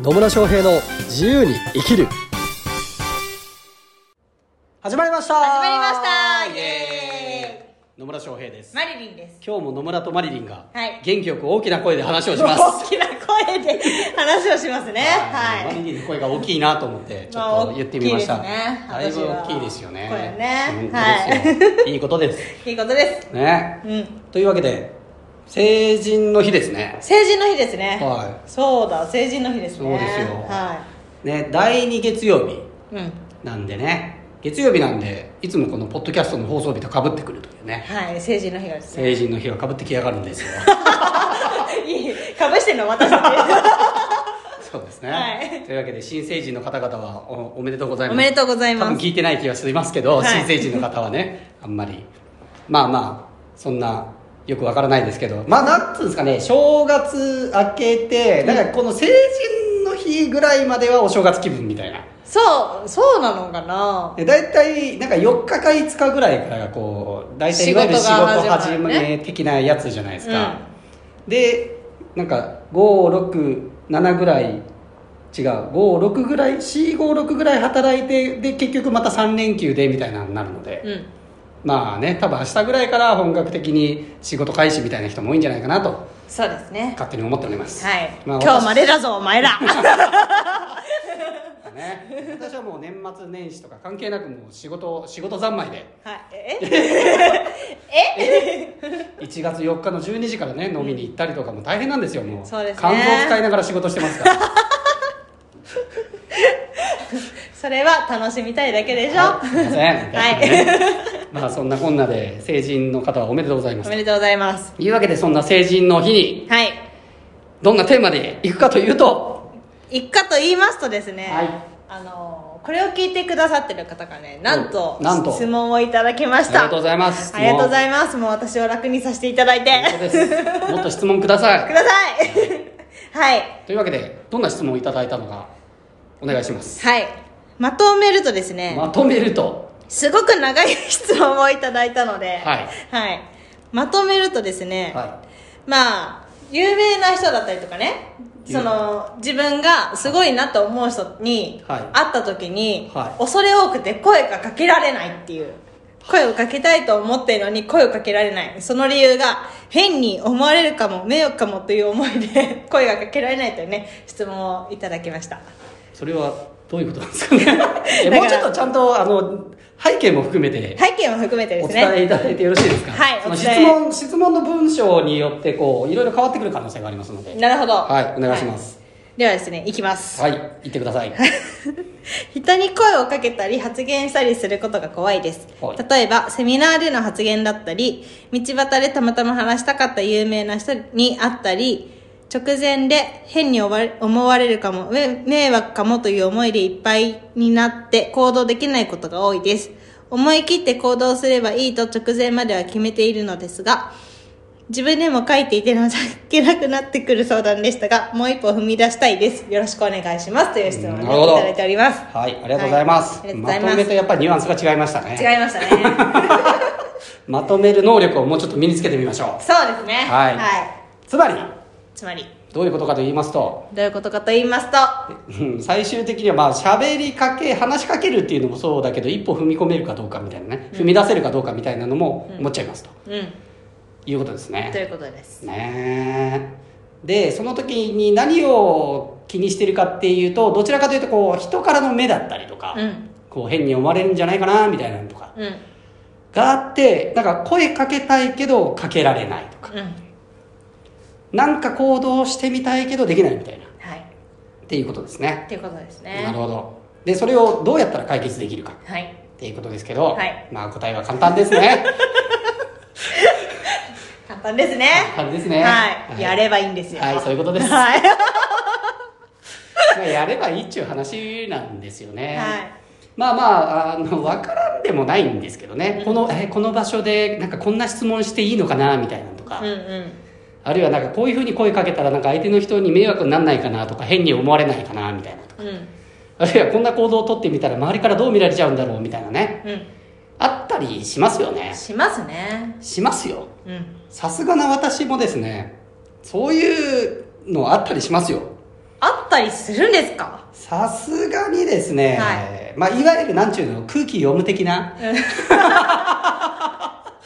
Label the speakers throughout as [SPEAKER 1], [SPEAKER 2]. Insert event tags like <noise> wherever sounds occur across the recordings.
[SPEAKER 1] 野村翔平の自由に生きる始まりました
[SPEAKER 2] 始まりましたイエ
[SPEAKER 1] 野村翔平です
[SPEAKER 2] マリリンです。
[SPEAKER 1] 今日も野村とマリリンが
[SPEAKER 2] はい
[SPEAKER 1] 元気よく大きな声で話をし
[SPEAKER 2] <laughs>
[SPEAKER 1] ます
[SPEAKER 2] 大きな声で話をしますね。
[SPEAKER 1] マ
[SPEAKER 2] は
[SPEAKER 1] リリンの声が大きいなと思ってちょっと言ってみました、
[SPEAKER 2] まあ大
[SPEAKER 1] だい
[SPEAKER 2] きいです
[SPEAKER 1] ぶ
[SPEAKER 2] ね
[SPEAKER 1] 大きいですよね
[SPEAKER 2] これね
[SPEAKER 1] うん
[SPEAKER 2] はい
[SPEAKER 1] そうですよいいことです
[SPEAKER 2] い。いいことです。 <laughs>
[SPEAKER 1] ね
[SPEAKER 2] うん。
[SPEAKER 1] というわけで成人の日ですね
[SPEAKER 2] 成人の日ですね。
[SPEAKER 1] は
[SPEAKER 2] そうだ、成人の日ですね。
[SPEAKER 1] そうですよ
[SPEAKER 2] はい
[SPEAKER 1] ね第2月曜日
[SPEAKER 2] い。うん。
[SPEAKER 1] なんでね月曜日なんでいつもこのポッドキャストの放送日とかぶってくるというね
[SPEAKER 2] はい、成人の日がですね。
[SPEAKER 1] 成人の日はかぶってきやがるんですよ
[SPEAKER 2] <laughs> いい、かぶしてるの私た
[SPEAKER 1] そうですね、
[SPEAKER 2] はい
[SPEAKER 1] というわけで新成人の方々はおおめでとうござい
[SPEAKER 2] ち。お
[SPEAKER 1] ます
[SPEAKER 2] めでとうございま
[SPEAKER 1] 多分
[SPEAKER 2] す。
[SPEAKER 1] 聞いてない気がしますけど、
[SPEAKER 2] はい
[SPEAKER 1] 新成人の方はねあんまりまあまあそんなよくわからないですけどまあなんつうんですかね正月明けてだからこの成人の日ぐらいまではお正月気分みたいな
[SPEAKER 2] <laughs> そう、そうなのかな
[SPEAKER 1] で大体なんか4日か5日ぐらいからがこう大体いわゆる仕
[SPEAKER 2] 仕
[SPEAKER 1] 事
[SPEAKER 2] 事が
[SPEAKER 1] 始
[SPEAKER 2] 始まるね
[SPEAKER 1] め的なやつじゃないですか、でなんか567ぐらい違う56ぐらい456ぐらい働いてで結局また3連休でみたいなのになるので、
[SPEAKER 2] うん。
[SPEAKER 1] まあね多分明日ぐらいから本格的に仕事開始みたいな人も多いんじゃないかなと
[SPEAKER 2] そうですね。
[SPEAKER 1] 勝手に思っております
[SPEAKER 2] はい。
[SPEAKER 1] まあ
[SPEAKER 2] 今日までだぞ、お前ら。
[SPEAKER 1] 私ね私はもう年末年始とか関係なくもう仕事仕事三昧で
[SPEAKER 2] <laughs> はい。え <laughs>
[SPEAKER 1] 1月4日の12時からね飲みに行ったりとかも大変なんですよもう
[SPEAKER 2] そうですね
[SPEAKER 1] 肝臓使いながら仕事してますから
[SPEAKER 2] それは楽しみたいだけでしょ、
[SPEAKER 1] はいすいません、
[SPEAKER 2] は
[SPEAKER 1] まあそんなこんなで成人の方はおめでとうございま
[SPEAKER 2] <laughs> お
[SPEAKER 1] す
[SPEAKER 2] めでとうございます。
[SPEAKER 1] というわけでそんな成人の日に
[SPEAKER 2] はい。
[SPEAKER 1] どんなテーマでいくかというと
[SPEAKER 2] 一家と言いますとですね、
[SPEAKER 1] はい
[SPEAKER 2] あのこれを聞いてくださってる方がねなんと
[SPEAKER 1] うんなんと
[SPEAKER 2] 質問をいただきま
[SPEAKER 1] あ
[SPEAKER 2] し
[SPEAKER 1] りが
[SPEAKER 2] た
[SPEAKER 1] とうございます
[SPEAKER 2] ありがとうござ
[SPEAKER 1] い
[SPEAKER 2] いますもう私を楽にさせていただいて <laughs> く
[SPEAKER 1] ですもっと質問ください
[SPEAKER 2] ださい <laughs> はい
[SPEAKER 1] というわけでどんな質問をいただいたのかお願いします
[SPEAKER 2] はいまとめるとですね、
[SPEAKER 1] まとめると
[SPEAKER 2] すごく長い質問をいただいたので
[SPEAKER 1] はい、
[SPEAKER 2] はいまとめるとですね、
[SPEAKER 1] は
[SPEAKER 2] まあ有名な人だったりとかねその自分がすごいなと思う人に
[SPEAKER 1] はい
[SPEAKER 2] 会った時に、
[SPEAKER 1] はい
[SPEAKER 2] 恐れ多くて声がかけられないっていう声をかけたいと思っているのに声をかけられないその理由が変に思われるかも迷惑かもという思いで <laughs> 声がかけられないというね質問をいただきました
[SPEAKER 1] それはどういうことなんですか
[SPEAKER 2] <laughs>
[SPEAKER 1] ねえ
[SPEAKER 2] だから
[SPEAKER 1] もうちょっとちゃんとあの背景も含めて
[SPEAKER 2] 背景も含めてで
[SPEAKER 1] お
[SPEAKER 2] すね
[SPEAKER 1] 伝えいただいてよろしいですか、
[SPEAKER 2] はい
[SPEAKER 1] その
[SPEAKER 2] お
[SPEAKER 1] 質
[SPEAKER 2] 伝え
[SPEAKER 1] 問質問の文章によってこういろいろ変わってくる可能性がありますので
[SPEAKER 2] なるほど
[SPEAKER 1] はいお願いします、
[SPEAKER 2] ではですねいきます
[SPEAKER 1] はい言ってください
[SPEAKER 2] <laughs> 人に声をかけたり発言したりすることが怖いです、
[SPEAKER 1] はい
[SPEAKER 2] 例えばセミナーでの発言だったり道端でたまたま話したかった有名な人に会ったり直前で変に思われ思われるかもめ迷惑かもという思いでいっぱいになって行動できないことが多いです思い切って行動すればいいと直前までは決めているのですが自分でも書いていて情けなくなってくる相談でしたがもう一歩踏み出したいですよろしくお願いしますという質問をねい
[SPEAKER 1] なるほど
[SPEAKER 2] ただいております
[SPEAKER 1] はいありがとうございます,、
[SPEAKER 2] はいありが
[SPEAKER 1] ま
[SPEAKER 2] と
[SPEAKER 1] と
[SPEAKER 2] うござい
[SPEAKER 1] め
[SPEAKER 2] ま
[SPEAKER 1] とやっぱりニュアンスが違いました
[SPEAKER 2] す。
[SPEAKER 1] ね
[SPEAKER 2] 違いました
[SPEAKER 1] <laughs>
[SPEAKER 2] ね。
[SPEAKER 1] まとめる能力をもうちょっと身につけてみましょ
[SPEAKER 2] そうですね。
[SPEAKER 1] はいうつまり
[SPEAKER 2] つまり、
[SPEAKER 1] どういうことかと言いますと
[SPEAKER 2] どういうことかと言いますと、は
[SPEAKER 1] うん最終的にはまあ喋りかけ話しかけるっていうのもそうだけど一歩踏み込めるかどうかみたいなね、踏み出せるかどうかみたいなのも思っちゃいますと
[SPEAKER 2] うん、
[SPEAKER 1] いうことですね
[SPEAKER 2] と。いうことです。
[SPEAKER 1] ねえでその時に何を気にしてるかっていうとどちらかというとこう人からの目だったりとか、
[SPEAKER 2] うん、
[SPEAKER 1] こう変に思われるんじゃないかなみたいなのとか
[SPEAKER 2] うん、うん、
[SPEAKER 1] があってなんか声かけたいけどかけられないとかなんか行動してみたいけどできないみたいなっ
[SPEAKER 2] はい、
[SPEAKER 1] ていうことですね。
[SPEAKER 2] ということです
[SPEAKER 1] なる
[SPEAKER 2] ね。
[SPEAKER 1] ほどでそれをどうやったら解決できるか
[SPEAKER 2] はい、
[SPEAKER 1] っていうことですけど、
[SPEAKER 2] はい
[SPEAKER 1] まあ答えは簡単ですね <laughs>
[SPEAKER 2] 簡単ですね。
[SPEAKER 1] 簡単ですね
[SPEAKER 2] はい、やればいいんですよ。
[SPEAKER 1] はいそういうことです
[SPEAKER 2] はい、
[SPEAKER 1] まあやればいいっちゅう話なんですよね、
[SPEAKER 2] はい、
[SPEAKER 1] まあまああの分からんでもないんですけどね、このえこの場所でなんかこんな質問していいのかなみたいなのとか、
[SPEAKER 2] うん、うん、
[SPEAKER 1] あるいはなんかこういうふうに声かけたらなんか相手の人に迷惑にならないかなとか変に思われないかなみたいなとか
[SPEAKER 2] うん、
[SPEAKER 1] あるいはこんな行動をとってみたら周りからどう見られちゃうんだろうみたいなね
[SPEAKER 2] う
[SPEAKER 1] あったりしますよね
[SPEAKER 2] ん、しますね。
[SPEAKER 1] しますよ
[SPEAKER 2] うん、
[SPEAKER 1] さすがな私もですねそういうのあったりしますよ
[SPEAKER 2] あっったりするんですか
[SPEAKER 1] さすがにですね、
[SPEAKER 2] はい
[SPEAKER 1] まあ、いわゆるなんちゅうの空気読む的な <laughs>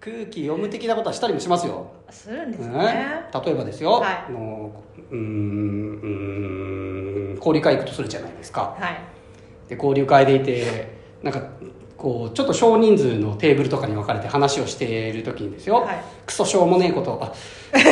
[SPEAKER 1] 空気読む的なことはしたりもしますよ、
[SPEAKER 2] するん
[SPEAKER 1] う
[SPEAKER 2] です
[SPEAKER 1] ん
[SPEAKER 2] ね。
[SPEAKER 1] 例えばですよ、
[SPEAKER 2] はい
[SPEAKER 1] あのうーんうーん交流会行くとするじゃないですか
[SPEAKER 2] はい。
[SPEAKER 1] で交流会でいてなんかこうちょっと少人数のテーブルとかに分かれて話をしている時にですよ、
[SPEAKER 2] はい
[SPEAKER 1] クソしょうもねえこと
[SPEAKER 2] <laughs>
[SPEAKER 1] あ言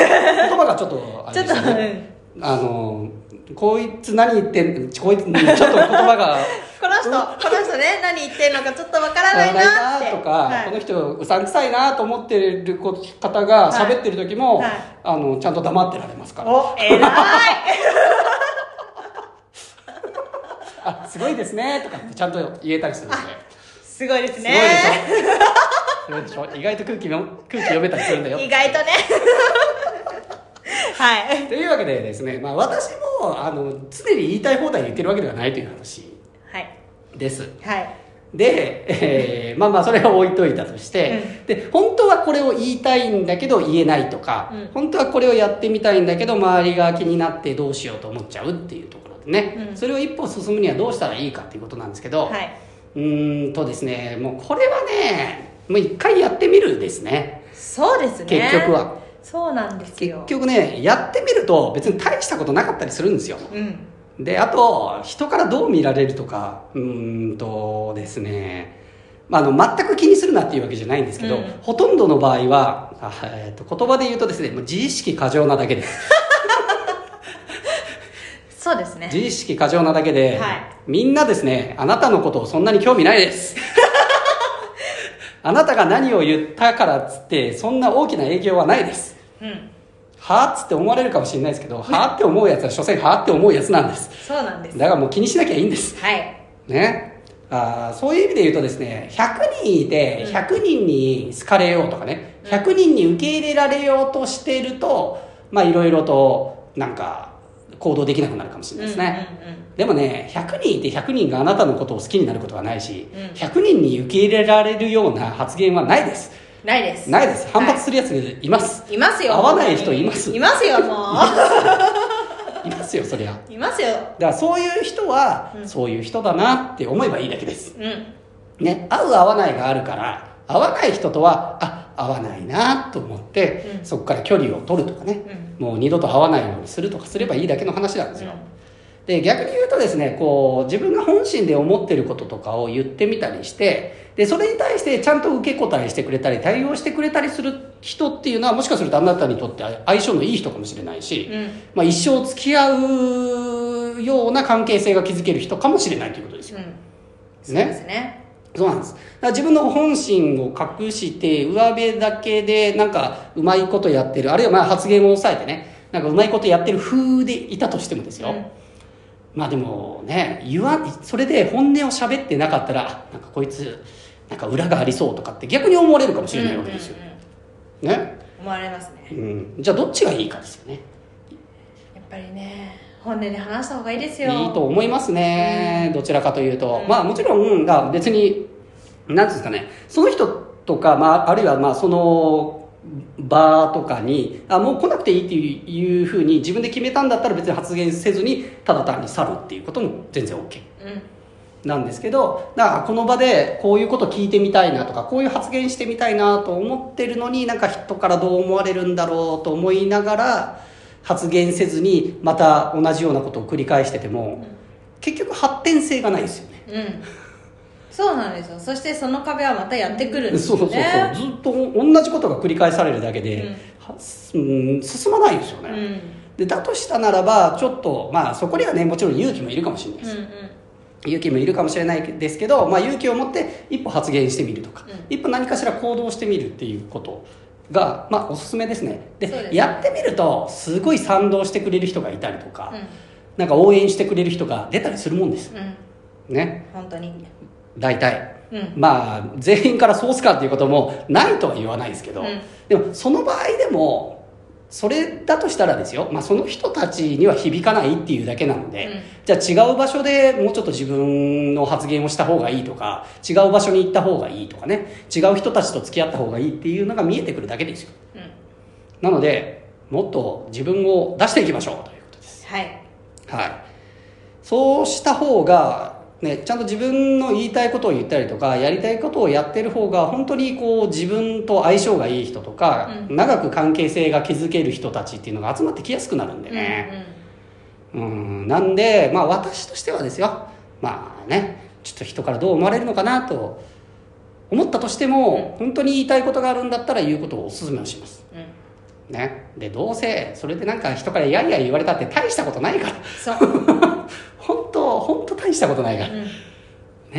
[SPEAKER 1] 葉がちょっとあ
[SPEAKER 2] ちょ
[SPEAKER 1] れで
[SPEAKER 2] っと、
[SPEAKER 1] し
[SPEAKER 2] う
[SPEAKER 1] た
[SPEAKER 2] ん
[SPEAKER 1] ねあのこいつ何言ってんこいつちょっと言葉
[SPEAKER 2] <laughs>
[SPEAKER 1] が
[SPEAKER 2] この人、この人ね、何言ってるのかちょっとわからないな
[SPEAKER 1] 合
[SPEAKER 2] っ
[SPEAKER 1] わ
[SPEAKER 2] て。
[SPEAKER 1] とか、
[SPEAKER 2] はい
[SPEAKER 1] この人うさんくさいなと思ってる方が
[SPEAKER 2] はい
[SPEAKER 1] 喋ってる時も、
[SPEAKER 2] はい
[SPEAKER 1] あのちゃんと黙ってられますから
[SPEAKER 2] お、偉い
[SPEAKER 1] 「あすごいですね」とかってちゃんと言えたりするんです
[SPEAKER 2] ごいです
[SPEAKER 1] す
[SPEAKER 2] <laughs> ね。
[SPEAKER 1] ごいでしょすごいでしょ意外と空気の空気読めたりするんだよ
[SPEAKER 2] 意外とね。 <laughs> はい。
[SPEAKER 1] というわけでですね、まあ、私もあの常に言いたい放題言ってるわけではないという話
[SPEAKER 2] はい。
[SPEAKER 1] です
[SPEAKER 2] はい。
[SPEAKER 1] で、えーまあまあそれは置いといたとして、で本当はこれを言いたいんだけど言えないとか、
[SPEAKER 2] うん
[SPEAKER 1] 本当はこれをやってみたいんだけど周りが気になってどうしようと思っちゃうっていうところでね、
[SPEAKER 2] うん
[SPEAKER 1] それを一歩進むにはどうしたらいいかっていうことなんですけど、
[SPEAKER 2] はい。
[SPEAKER 1] うーんとですねもうこれはねもう一回やってみるですね
[SPEAKER 2] そうですね。
[SPEAKER 1] 結局は。
[SPEAKER 2] そうなんですよ。
[SPEAKER 1] 結局ねやってみると別に大したことなかったりするんですよ
[SPEAKER 2] うん。
[SPEAKER 1] であと人からどう見られるとかうーんとですね、まあ、あの全く気にするなっていうわけじゃないんですけど、
[SPEAKER 2] うん
[SPEAKER 1] ほとんどの場合はあ、えー、と言葉で言うとですねもう自意識過剰なだけです
[SPEAKER 2] そうですね。
[SPEAKER 1] 自意識過剰なだけで、
[SPEAKER 2] はい
[SPEAKER 1] みんなですねあなたのことをそんなに興味ないですあなたが何を言ったからっつってそんな大きな影響はないです
[SPEAKER 2] うん。
[SPEAKER 1] はあっつって思われるかもしれないですけど、はあって思うやつは所詮はあって思うやつなんです
[SPEAKER 2] そうなんです。
[SPEAKER 1] だからもう気にしなきゃいいんです
[SPEAKER 2] はい。
[SPEAKER 1] ね、あーそういう意味で言うとですね100人いて100人に好かれようとかね
[SPEAKER 2] うん
[SPEAKER 1] 100人に受け入れられようとしてるとまあいろいろとなんか行動できなくなるかもしれないですね、
[SPEAKER 2] うんうんうん
[SPEAKER 1] でもね100人いて100人があなたのことを好きになることはないし、
[SPEAKER 2] うん
[SPEAKER 1] 100人に受け入れられるような発言はないです
[SPEAKER 2] ないです。
[SPEAKER 1] ないです反発
[SPEAKER 2] は
[SPEAKER 1] するやついます、
[SPEAKER 2] い、いますよ。
[SPEAKER 1] 合わない人います
[SPEAKER 2] いますよ、も
[SPEAKER 1] い、ますよそりゃ <laughs>
[SPEAKER 2] う。いますよ。
[SPEAKER 1] だからそういう人は、
[SPEAKER 2] うん
[SPEAKER 1] そういう人だなって思えばいいだけです
[SPEAKER 2] うん。
[SPEAKER 1] ね、合う合わないがあるから合わない人とはあ合わないなと思って、
[SPEAKER 2] うん
[SPEAKER 1] そこから距離を取るとかね、もう二度と会わないようにするとかすればいいだけの話なんですよ、で逆に言うとですねこう自分が本心で思ってることとかを言ってみたりしてでそれに対してちゃんと受け答えしてくれたり対応してくれたりする人っていうのはもしかするとあなたにとって相性のいい人かもしれないし、
[SPEAKER 2] うん。
[SPEAKER 1] まあ、一生付き合うような関係性が築ける人かもしれないということですよ、
[SPEAKER 2] うん。そう
[SPEAKER 1] ね
[SPEAKER 2] ですね。
[SPEAKER 1] そうなんです。だから自分の本心を隠して、上辺だけで、なんか、うまいことやってる、あるいはまあ発言を抑えてね、なんかうまいことやってる風でいたとしてもですよ。
[SPEAKER 2] うん
[SPEAKER 1] まあでもね、言わ、それで本音を喋ってなかったら、あなんかこいつ、なんか裏がありそうとかって逆に思われるかもしれないわけですよ
[SPEAKER 2] う。んうんうん
[SPEAKER 1] ね。
[SPEAKER 2] 思われますね。
[SPEAKER 1] うん。じゃあどっちがいいかですよね。
[SPEAKER 2] やっぱりね、本音で話した方がいいですよ。
[SPEAKER 1] いいと思いますね、どちらかというと、
[SPEAKER 2] うん
[SPEAKER 1] まあもちろんうんが別に何ですかねその人とか、まあ、あるいはまあその場とかにあもう来なくていいっていうふうに自分で決めたんだったら別に発言せずにただ単に去るっていうことも全然 OK
[SPEAKER 2] うん。
[SPEAKER 1] なんですけどだからこの場でこういうこと聞いてみたいなとかこういう発言してみたいなと思ってるのになんか人からどう思われるんだろうと思いながら発言せずにまた同じようなことを繰り返してても結局発展性がないですよね
[SPEAKER 2] うん。そうなんですよ。そしてその壁はまたやってくるんです
[SPEAKER 1] そう
[SPEAKER 2] よ
[SPEAKER 1] そうそうず
[SPEAKER 2] ね。
[SPEAKER 1] っと同じことが繰り返されるだけで、はうん、進まないですよね、
[SPEAKER 2] うん。うん
[SPEAKER 1] でだとしたならばちょっとまあそこにはねもちろん勇気もいるかもしれないです、勇気もいるかもしれないですけど、まあ、勇気を持って一歩発言してみるとか、
[SPEAKER 2] うん
[SPEAKER 1] 一歩何かしら行動してみるっていうことが、まあ、おすすめですねで
[SPEAKER 2] そうですね
[SPEAKER 1] やってみるとすごい賛同してくれる人がいたりとか、
[SPEAKER 2] うん。
[SPEAKER 1] なんか応援してくれる人が出たりするもんです
[SPEAKER 2] うん。うん。
[SPEAKER 1] ね
[SPEAKER 2] 本当に。
[SPEAKER 1] 大体
[SPEAKER 2] うん。
[SPEAKER 1] まあ全員からそうすかっていうこともないとは言わないですけど、
[SPEAKER 2] うん
[SPEAKER 1] でもその場合でもそれだとしたらですよ、まあ、その人たちには響かないっていうだけなので、
[SPEAKER 2] うん
[SPEAKER 1] じゃあ違う場所でもうちょっと自分の発言をした方がいいとか違う場所に行った方がいいとかね違う人たちと付き合った方がいいっていうのが見えてくるだけですよ
[SPEAKER 2] うん。
[SPEAKER 1] なのでもっと自分を出していきましょうということです
[SPEAKER 2] はい。
[SPEAKER 1] はい、そうした方が、ね、ちゃんと自分の言いたいことを言ったりとかやりたいことをやってる方が本当にこう自分と相性がいい人とか、
[SPEAKER 2] う
[SPEAKER 1] 長く関係性が築ける人たちっていうのが集まってきやすくなるんで
[SPEAKER 2] うん
[SPEAKER 1] ね。うん、なんで、まあ私としてはですよ、まあね、ちょっと人からどう思われるのかなと思ったとしても、本当に言いたいことがあるんだったら言うことをお勧めをします。
[SPEAKER 2] うんうん
[SPEAKER 1] ね。で、どうせ、それでなんか人からやいやい言われたって大したことないから。
[SPEAKER 2] そう、
[SPEAKER 1] 本当、本当大したことないか
[SPEAKER 2] う
[SPEAKER 1] ら。
[SPEAKER 2] ん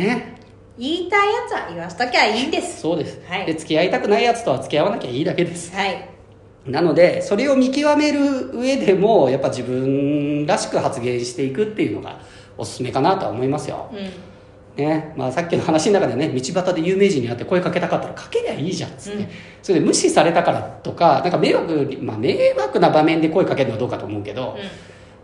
[SPEAKER 1] ね。
[SPEAKER 2] 言いたいやつは言わしときゃいいんです
[SPEAKER 1] そうです。
[SPEAKER 2] はい
[SPEAKER 1] で、付き合いたくないやつとは付き合わなきゃいいだけです。
[SPEAKER 2] はい
[SPEAKER 1] なので、それを見極める上でも、やっぱ自分らしく発言していくっていうのがおすすめかなとは思いますよ。
[SPEAKER 2] う
[SPEAKER 1] ねまあ、さっきの話の中でね道端で有名人に会って声かけたかったらかけりゃいいじゃんっつって、
[SPEAKER 2] うん
[SPEAKER 1] それで無視されたからとかなんか迷惑、まあ、迷惑な場面で声かけるのはどうかと思うけど、
[SPEAKER 2] んうん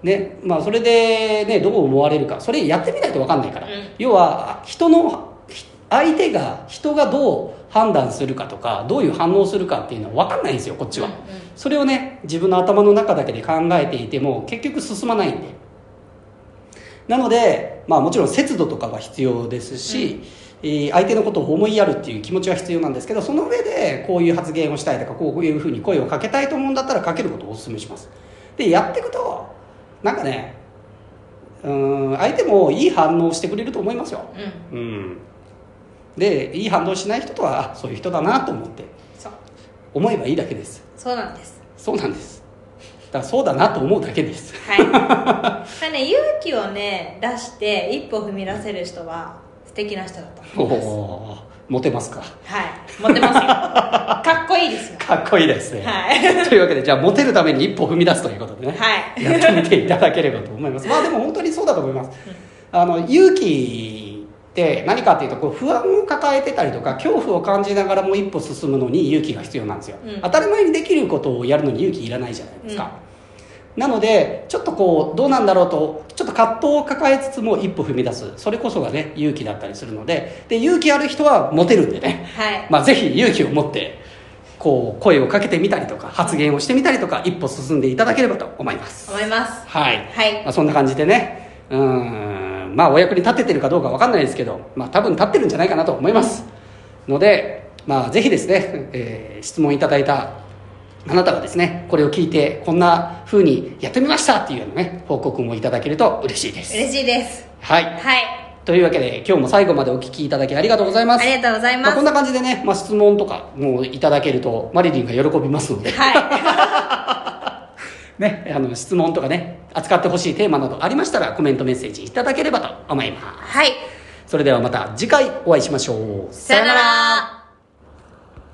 [SPEAKER 1] ねまあ、それで、ね、どう思われるかそれやってみないと分かんないから、
[SPEAKER 2] うん
[SPEAKER 1] 要は人のひ相手が人がどう判断するかとかどういう反応するかっていうのは分かんないんですよこっちは、
[SPEAKER 2] うんうん
[SPEAKER 1] それをね自分の頭の中だけで考えていても結局進まないんでなので、まあ、もちろん節度とかは必要ですし、えー相手のことを思いやるっていう気持ちは必要なんですけどその上でこういう発言をしたいとかこういうふうに声をかけたいと思うんだったらかけることをお勧めしますでやっていくとなんかねうーん相手もいい反応をしてくれると思いますよ
[SPEAKER 2] うん
[SPEAKER 1] うんでいい反応しない人とはあそういう人だなと思って
[SPEAKER 2] そう
[SPEAKER 1] 思えばいいだけです
[SPEAKER 2] そうなんです
[SPEAKER 1] そうなんですだからそうだなと思うだけです
[SPEAKER 2] はいまあね勇気をね出して一歩踏み出せる人は素敵な人だ
[SPEAKER 1] お
[SPEAKER 2] と思います
[SPEAKER 1] おーモテますか
[SPEAKER 2] はいモ
[SPEAKER 1] <laughs>
[SPEAKER 2] テますよかっこいいですよ
[SPEAKER 1] かっこいいですね、
[SPEAKER 2] は
[SPEAKER 1] <laughs>
[SPEAKER 2] い
[SPEAKER 1] というわけでじゃあモテるために一歩踏み出すということでね、
[SPEAKER 2] はい
[SPEAKER 1] やってみていただければと思いますまあでも本当にそうだと思います、あの勇気って何かっていうとこう不安を抱えてたりとか恐怖を感じながらも一歩進むのに勇気が必要なんですよ、
[SPEAKER 2] うん
[SPEAKER 1] 当たり前にできることをやるのに勇気いらないじゃないですか、なのでちょっとこうどうなんだろうとちょっと葛藤を抱えつつも一歩踏み出すそれこそがね勇気だったりするのでで勇気ある人はモテるんでね
[SPEAKER 2] はい
[SPEAKER 1] まあ、ぜひ勇気を持ってこう声をかけてみたりとか発言をしてみたりとか一歩進んでいただければと思います
[SPEAKER 2] 思います
[SPEAKER 1] はい、
[SPEAKER 2] はい
[SPEAKER 1] まあ、そんな感じでねうーんまあお役に立ててるかどうかわかんないですけど、まあ、多分立ってるんじゃないかなと思いますので、まあ、ぜひですね、えー質問いただいたあなたがですねこれを聞いてこんな風にやってみましたっていうようなね報告もいただけると嬉しいです
[SPEAKER 2] 嬉しいです
[SPEAKER 1] はい
[SPEAKER 2] はい
[SPEAKER 1] というわけで今日も最後までお聞きいただきありがとうございます
[SPEAKER 2] ありがとうございま
[SPEAKER 1] まあ、
[SPEAKER 2] す
[SPEAKER 1] こんな感じでね、まあ、質問とかもいただけるとマリリンが喜びますので、
[SPEAKER 2] は
[SPEAKER 1] <laughs>
[SPEAKER 2] い
[SPEAKER 1] ね、あの質問とかね扱ってほしいテーマなどありましたらコメントメッセージいただければと思います
[SPEAKER 2] はい
[SPEAKER 1] それではまた次回お会いしましょう
[SPEAKER 2] さよなら